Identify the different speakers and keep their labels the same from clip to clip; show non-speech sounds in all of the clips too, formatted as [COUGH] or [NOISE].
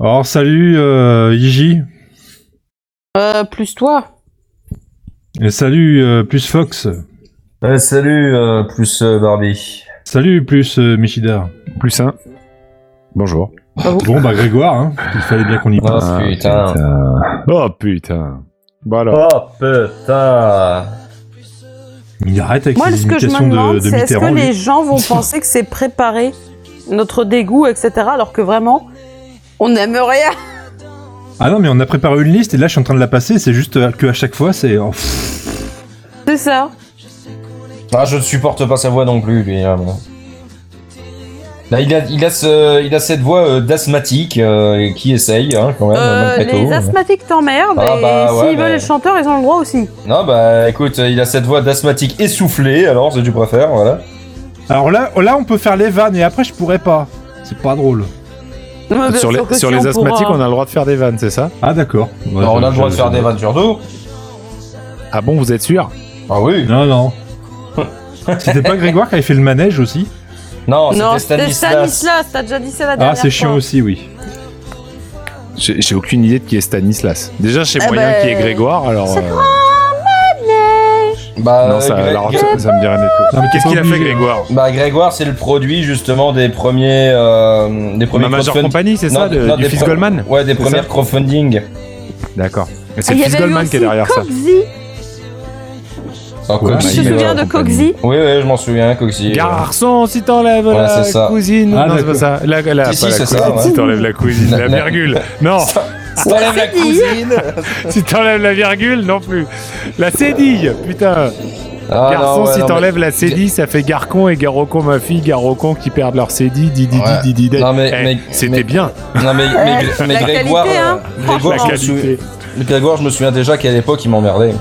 Speaker 1: Alors salut euh, Iji
Speaker 2: Euh, plus toi.
Speaker 1: et salut euh, plus Fox.
Speaker 3: Ouais, salut, euh, plus euh, Barbie.
Speaker 1: Salut plus euh, Michidar.
Speaker 4: Plus un. Bonjour.
Speaker 1: Bon bah Grégoire, hein, il fallait bien qu'on y
Speaker 4: Ah,
Speaker 1: passe.
Speaker 3: Oh putain.
Speaker 4: Oh putain. Bon alors.
Speaker 3: Oh putain.
Speaker 1: Il arrête avec
Speaker 2: Moi,
Speaker 1: ses
Speaker 2: ce que je me
Speaker 1: imitations de,
Speaker 2: demande,
Speaker 1: de
Speaker 2: c'est est-ce
Speaker 1: Mitterrand.
Speaker 2: que les
Speaker 1: lui.
Speaker 2: gens vont penser que c'est préparé, notre dégoût, etc., alors que vraiment, on n'aime rien. [LAUGHS]
Speaker 1: Ah non mais on a préparé une liste et là je suis en train de la passer, c'est juste euh, que à chaque fois c'est... oh, pff,
Speaker 2: C'est ça.
Speaker 3: Ah, je ne supporte pas sa voix non plus, lui. hein, bon. Là, il a, il a, ce- il a cette voix euh, d'asthmatique euh, qui essaye, hein, quand même,
Speaker 2: Euh,
Speaker 3: malgré
Speaker 2: les
Speaker 3: tout.
Speaker 2: asthmatiques t'emmerdent
Speaker 3: Ah,
Speaker 2: et
Speaker 3: bah,
Speaker 2: s'ils
Speaker 3: ouais,
Speaker 2: veulent
Speaker 3: mais-
Speaker 2: les chanteurs, ils ont le droit aussi.
Speaker 3: Non, bah écoute, il a cette voix d'asthmatique essoufflée, alors si tu préfères, voilà.
Speaker 1: Alors là, là on peut faire les vannes et après je pourrais pas. C'est pas drôle.
Speaker 2: Non, mais
Speaker 4: sur
Speaker 2: bien
Speaker 4: les,
Speaker 2: sûr que
Speaker 4: sur
Speaker 2: si,
Speaker 4: les
Speaker 2: on
Speaker 4: asthmatiques,
Speaker 2: pourra.
Speaker 4: on a le droit de faire des vannes, c'est ça
Speaker 1: Ah d'accord. Ouais,
Speaker 3: Alors, on a
Speaker 1: je-
Speaker 3: le droit de
Speaker 1: je-
Speaker 3: faire des vannes sur nous.
Speaker 4: Ah bon, vous êtes sûr
Speaker 3: Ah oui.
Speaker 1: Non non. C'était pas Grégoire qui avait fait le manège aussi
Speaker 3: Non,
Speaker 2: Non,
Speaker 3: c'était
Speaker 2: c'était
Speaker 3: Stanislas.
Speaker 2: Stanislas, t'as déjà dit ça la dernière
Speaker 1: Ah c'est chiant
Speaker 2: fois.
Speaker 1: aussi oui.
Speaker 4: J'ai j'ai aucune idée de qui est Stanislas. Déjà, je sais
Speaker 2: Eh
Speaker 4: moyen
Speaker 2: ben,
Speaker 4: qui est Grégoire, alors.
Speaker 2: c'est
Speaker 4: euh,
Speaker 3: Bah,
Speaker 4: non, ça,
Speaker 3: Gré-
Speaker 4: alors,
Speaker 3: Gré-
Speaker 4: ça- ça me dirait
Speaker 1: Non, mais t'es
Speaker 4: rien. Qu'est-ce
Speaker 1: pas
Speaker 4: qu'il a fait,
Speaker 1: obligé.
Speaker 4: Grégoire
Speaker 3: bah, Grégoire, c'est le produit justement des premiers, euh, des premiers
Speaker 4: Ma majeure
Speaker 3: crowdfund-
Speaker 4: compagnie, c'est
Speaker 3: Non,
Speaker 4: ça de-
Speaker 3: non,
Speaker 4: Du
Speaker 3: des
Speaker 4: fils
Speaker 3: pre-
Speaker 4: Goldman
Speaker 3: Ouais, des
Speaker 4: C'est
Speaker 3: premiers
Speaker 4: ça
Speaker 3: crowdfunding.
Speaker 4: D'accord. Et
Speaker 2: Ah,
Speaker 4: C'est
Speaker 2: il y
Speaker 4: le
Speaker 2: avait
Speaker 4: fils
Speaker 2: eu
Speaker 4: Goldman qui est
Speaker 2: aussi
Speaker 4: derrière ça.
Speaker 2: Coxy.
Speaker 3: Ah,
Speaker 1: Ouais,
Speaker 2: Tu
Speaker 3: Coxy,
Speaker 2: te
Speaker 3: mais
Speaker 2: souviens
Speaker 3: ouais.
Speaker 2: de
Speaker 4: compagnie.
Speaker 2: Coxy
Speaker 3: Oui, oui, je m'en souviens, Coxy.
Speaker 4: Garçon, si t'enlèves
Speaker 3: Voilà,
Speaker 4: la
Speaker 3: c'est ça.
Speaker 4: cousine.
Speaker 1: Ah,
Speaker 4: non, c'est pas
Speaker 1: d'accord.
Speaker 4: ça. La, la,
Speaker 3: Si,
Speaker 4: pas
Speaker 3: si,
Speaker 4: la
Speaker 3: c'est ça,
Speaker 4: cousine,
Speaker 3: ouais.
Speaker 4: si t'enlèves la cousine, [LAUGHS] la
Speaker 3: La-
Speaker 4: virgule. Non,
Speaker 3: Si t'enlèves la cousine
Speaker 4: [LAUGHS] si t'enlèves la virgule, non plus. La cédille, putain.
Speaker 3: Ah,
Speaker 4: Garçon,
Speaker 3: non, ouais,
Speaker 4: si
Speaker 3: non,
Speaker 4: t'enlèves la cédille, ça fait Garcon et Garocon, ma fille, Garocon qui perdent leur cédille, di di
Speaker 3: Ouais.
Speaker 4: di di di.
Speaker 3: Non, mais-
Speaker 4: Eh,
Speaker 3: mais-
Speaker 4: C'était
Speaker 3: mais-
Speaker 4: bien,
Speaker 3: mais- Non, mais, mais,
Speaker 2: Ouais,
Speaker 3: mais
Speaker 2: Eh, la
Speaker 3: Grégoire,
Speaker 2: qualité,
Speaker 3: euh,
Speaker 2: hein,
Speaker 3: Grégoire,
Speaker 4: la
Speaker 2: franchement.
Speaker 3: je me souviens-
Speaker 4: qualité.
Speaker 3: Grégoire, je me souviens déjà qu'à l'époque, il m'emmerdait.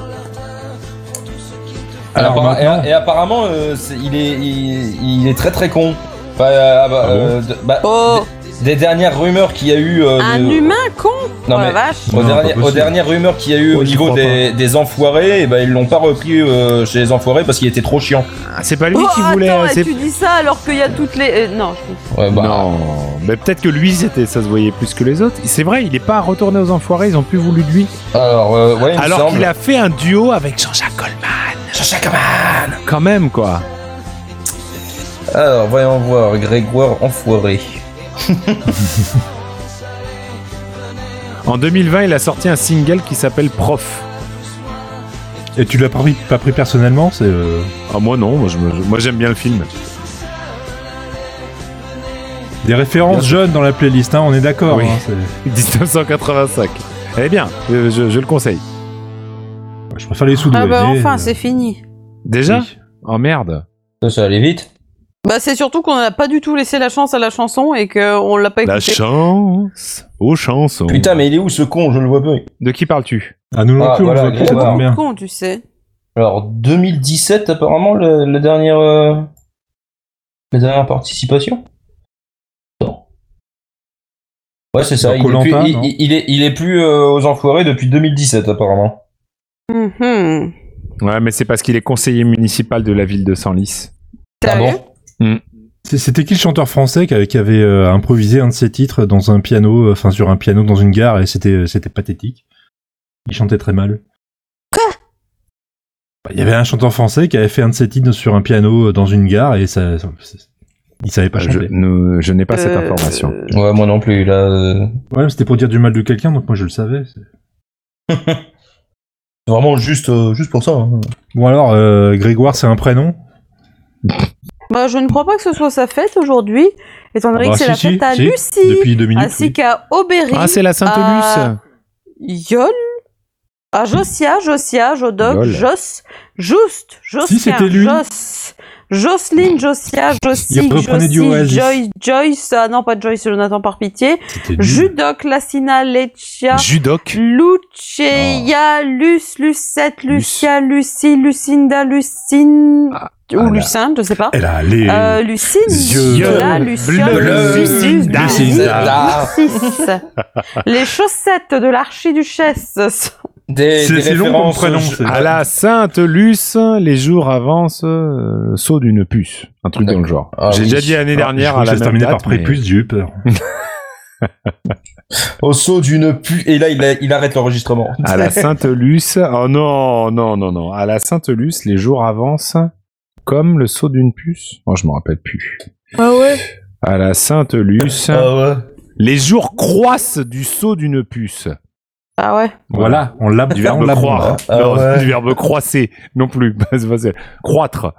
Speaker 1: Alors,
Speaker 3: Appara- et-
Speaker 1: maintenant-
Speaker 3: et, apparemment, euh, c'est- il, est, il, il est très très con. Enfin, euh, ah bah,
Speaker 4: Ah bon
Speaker 3: euh, de- bah,
Speaker 2: Oh,
Speaker 3: des, des dernières rumeurs qu'il y a eu. euh,
Speaker 2: un
Speaker 3: de-
Speaker 2: humain con
Speaker 3: Non,
Speaker 2: Oh la
Speaker 3: mais-
Speaker 2: vache
Speaker 3: Aux,
Speaker 1: Non,
Speaker 3: derniers-
Speaker 1: pas possible.
Speaker 3: aux dernières rumeurs qu'il y a eu
Speaker 4: Oh,
Speaker 3: au
Speaker 4: j'y
Speaker 3: niveau
Speaker 4: crois
Speaker 3: des, des enfoirés, et ben ils l'ont pas repris euh, chez les enfoirés parce qu'il était trop chiant.
Speaker 4: Ah, C'est pas lui
Speaker 2: Oh,
Speaker 4: qui voulait.
Speaker 2: attends,
Speaker 4: euh,
Speaker 2: et
Speaker 4: c'est-
Speaker 2: tu dis ça alors qu'il y a toutes les... euh, non, je
Speaker 3: Ouais, bah,
Speaker 4: Non, mais peut-être que lui, c'était, ça se voyait plus que les autres. C'est vrai, il est pas retourné aux enfoirés, ils ont plus voulu de lui.
Speaker 3: Alors, euh, ouais, il me
Speaker 4: Alors
Speaker 3: semble.
Speaker 4: qu'il a fait un duo avec Jean-Jacques Goldman. Quand même, quoi.
Speaker 3: Alors, voyons voir, Grégoire enfoiré.
Speaker 4: En 2020, il a sorti un single qui s'appelle Prof.
Speaker 1: Et tu l'as pas pris, pas pris personnellement c'est euh,
Speaker 4: Ah, moi non, moi, je me- moi, j'aime bien le film.
Speaker 1: Des références jeunes dans la playlist, hein, on est d'accord.
Speaker 4: Oui.
Speaker 1: hein, c'est-
Speaker 4: 1985. Elle est bien, euh, je, je le conseille.
Speaker 1: je préfère les euh, sous
Speaker 2: Ah bah enfin, c'est fini.
Speaker 4: Déjà Oh merde.
Speaker 3: Ça, ça allait vite.
Speaker 2: Bah c'est surtout qu'on n'a pas du tout laissé la chance à la chanson et qu'on l'a pas
Speaker 4: La
Speaker 2: écoutée.
Speaker 4: chance aux chansons.
Speaker 3: Putain, mais il est où ce con Je le vois pas.
Speaker 4: De qui parles-tu
Speaker 1: Ah, nous non
Speaker 3: Ah,
Speaker 1: plus,
Speaker 3: voilà,
Speaker 1: on les a
Speaker 3: Grégoire.
Speaker 1: tous, ça tombe bien.
Speaker 2: con, tu sais.
Speaker 3: Alors, 2017, apparemment, le- la dernière. euh, La dernière participation Attends. Ouais, c'est ça.
Speaker 1: Dans
Speaker 3: Il est,
Speaker 1: Koh-Lanta,
Speaker 3: plus, il,
Speaker 1: non
Speaker 3: il- il est, il est plus euh, aux enfoirés depuis 2017, apparemment.
Speaker 2: Mhm.
Speaker 4: Ouais, mais c'est parce qu'il est conseiller municipal de la ville de Senlis.
Speaker 3: Ah
Speaker 2: Sérieux
Speaker 1: C'est- C'était qui le chanteur français qui avait, qui avait, euh, improvisé un de ses titres dans un piano, euh, enfin sur un piano dans une gare et c'était euh, c'était pathétique. Il chantait très mal. Bah, Il y avait un chanteur français qui avait fait un de ses titres sur un piano euh, dans une gare et ça, ça- c'est- il savait pas
Speaker 4: je
Speaker 1: chanter.
Speaker 4: ne- je n'ai pas cette
Speaker 2: Euh,
Speaker 4: information.
Speaker 2: euh,
Speaker 3: Ouais, moi non plus, là. euh,
Speaker 1: Ouais, mais c'était pour dire du mal de quelqu'un donc moi je le savais. c'est-
Speaker 3: c'est Vraiment juste, euh, juste pour ça. hein.
Speaker 1: Bon alors euh, Grégoire c'est un prénom
Speaker 2: Bah je ne crois pas que ce soit sa fête aujourd'hui, étant donné
Speaker 1: Ah bah,
Speaker 2: que c'est
Speaker 1: si,
Speaker 2: la
Speaker 1: si,
Speaker 2: fête à
Speaker 1: si,
Speaker 2: Lucie,
Speaker 1: depuis deux minutes.
Speaker 2: ainsi
Speaker 1: oui.
Speaker 2: qu'à Aubéry,
Speaker 4: Ah, c'est la Sainte-Luce.
Speaker 2: Yol, à Josia, Josia, Jodoc,
Speaker 4: Yol.
Speaker 2: Jos, Just, Josquin,
Speaker 1: c'était lui.
Speaker 2: Jos, Jocelyne, Josia, Jossic,
Speaker 1: Il reprenait du
Speaker 2: Josie,
Speaker 1: Oasis.
Speaker 2: Joyce, Joyce, ah non pas Joyce, Jonathan par pitié,
Speaker 1: C'était nul.
Speaker 2: Judoc, Lacina, Leccia,
Speaker 4: Judoc. Oh.
Speaker 2: Lucia, Luce, Lucette, Lucia, Lucie, Lucinda, Lucine, ou
Speaker 4: Ah, là.
Speaker 2: Lucin, je sais pas.
Speaker 1: Elle a les
Speaker 2: Euh, Lucine,
Speaker 1: Yeux
Speaker 2: Zola,
Speaker 4: bleus,
Speaker 2: Lucia,
Speaker 4: bleus,
Speaker 2: Lucinda,
Speaker 4: Lucinda.
Speaker 1: Lucinda.
Speaker 2: Lucis. Les chaussettes de l'archiduchesse.
Speaker 3: Des,
Speaker 1: C'est-
Speaker 3: des
Speaker 1: c'est long comme
Speaker 3: références, euh,
Speaker 1: prénom,
Speaker 3: je-
Speaker 1: c'est-
Speaker 4: À la Sainte-Luce, les jours avancent euh, le saut d'une puce. Un truc dans le genre.
Speaker 3: Ah
Speaker 4: J'ai
Speaker 3: oui.
Speaker 4: déjà dit l'année
Speaker 1: Ah,
Speaker 4: dernière
Speaker 1: je crois
Speaker 4: à
Speaker 1: que
Speaker 4: la
Speaker 1: ça se
Speaker 4: même
Speaker 1: terminait
Speaker 4: date,
Speaker 1: par prépuce, j'ai eu peur.
Speaker 3: Au saut d'une pu... Et là, il, a- il arrête l'enregistrement. [LAUGHS]
Speaker 1: Ah,
Speaker 3: Ah
Speaker 4: À la Sainte-Luce. Oh non, non, non, non. À la Sainte-Luce, les jours avancent comme le saut d'une puce. Moi, je me rappelle plus.
Speaker 2: Ah ouais
Speaker 4: À la Sainte-Luce,
Speaker 1: Euh,
Speaker 3: Ah ouais.
Speaker 4: les jours croissent du saut d'une puce.
Speaker 2: Ah ouais
Speaker 1: Voilà, on l'a
Speaker 4: Du
Speaker 1: on
Speaker 4: verbe [LAUGHS]
Speaker 1: l'a- hein.
Speaker 4: croire.
Speaker 3: Ah
Speaker 4: non,
Speaker 3: ouais.
Speaker 4: [LAUGHS] du verbe croisser non plus. C'est pas ça. Croître.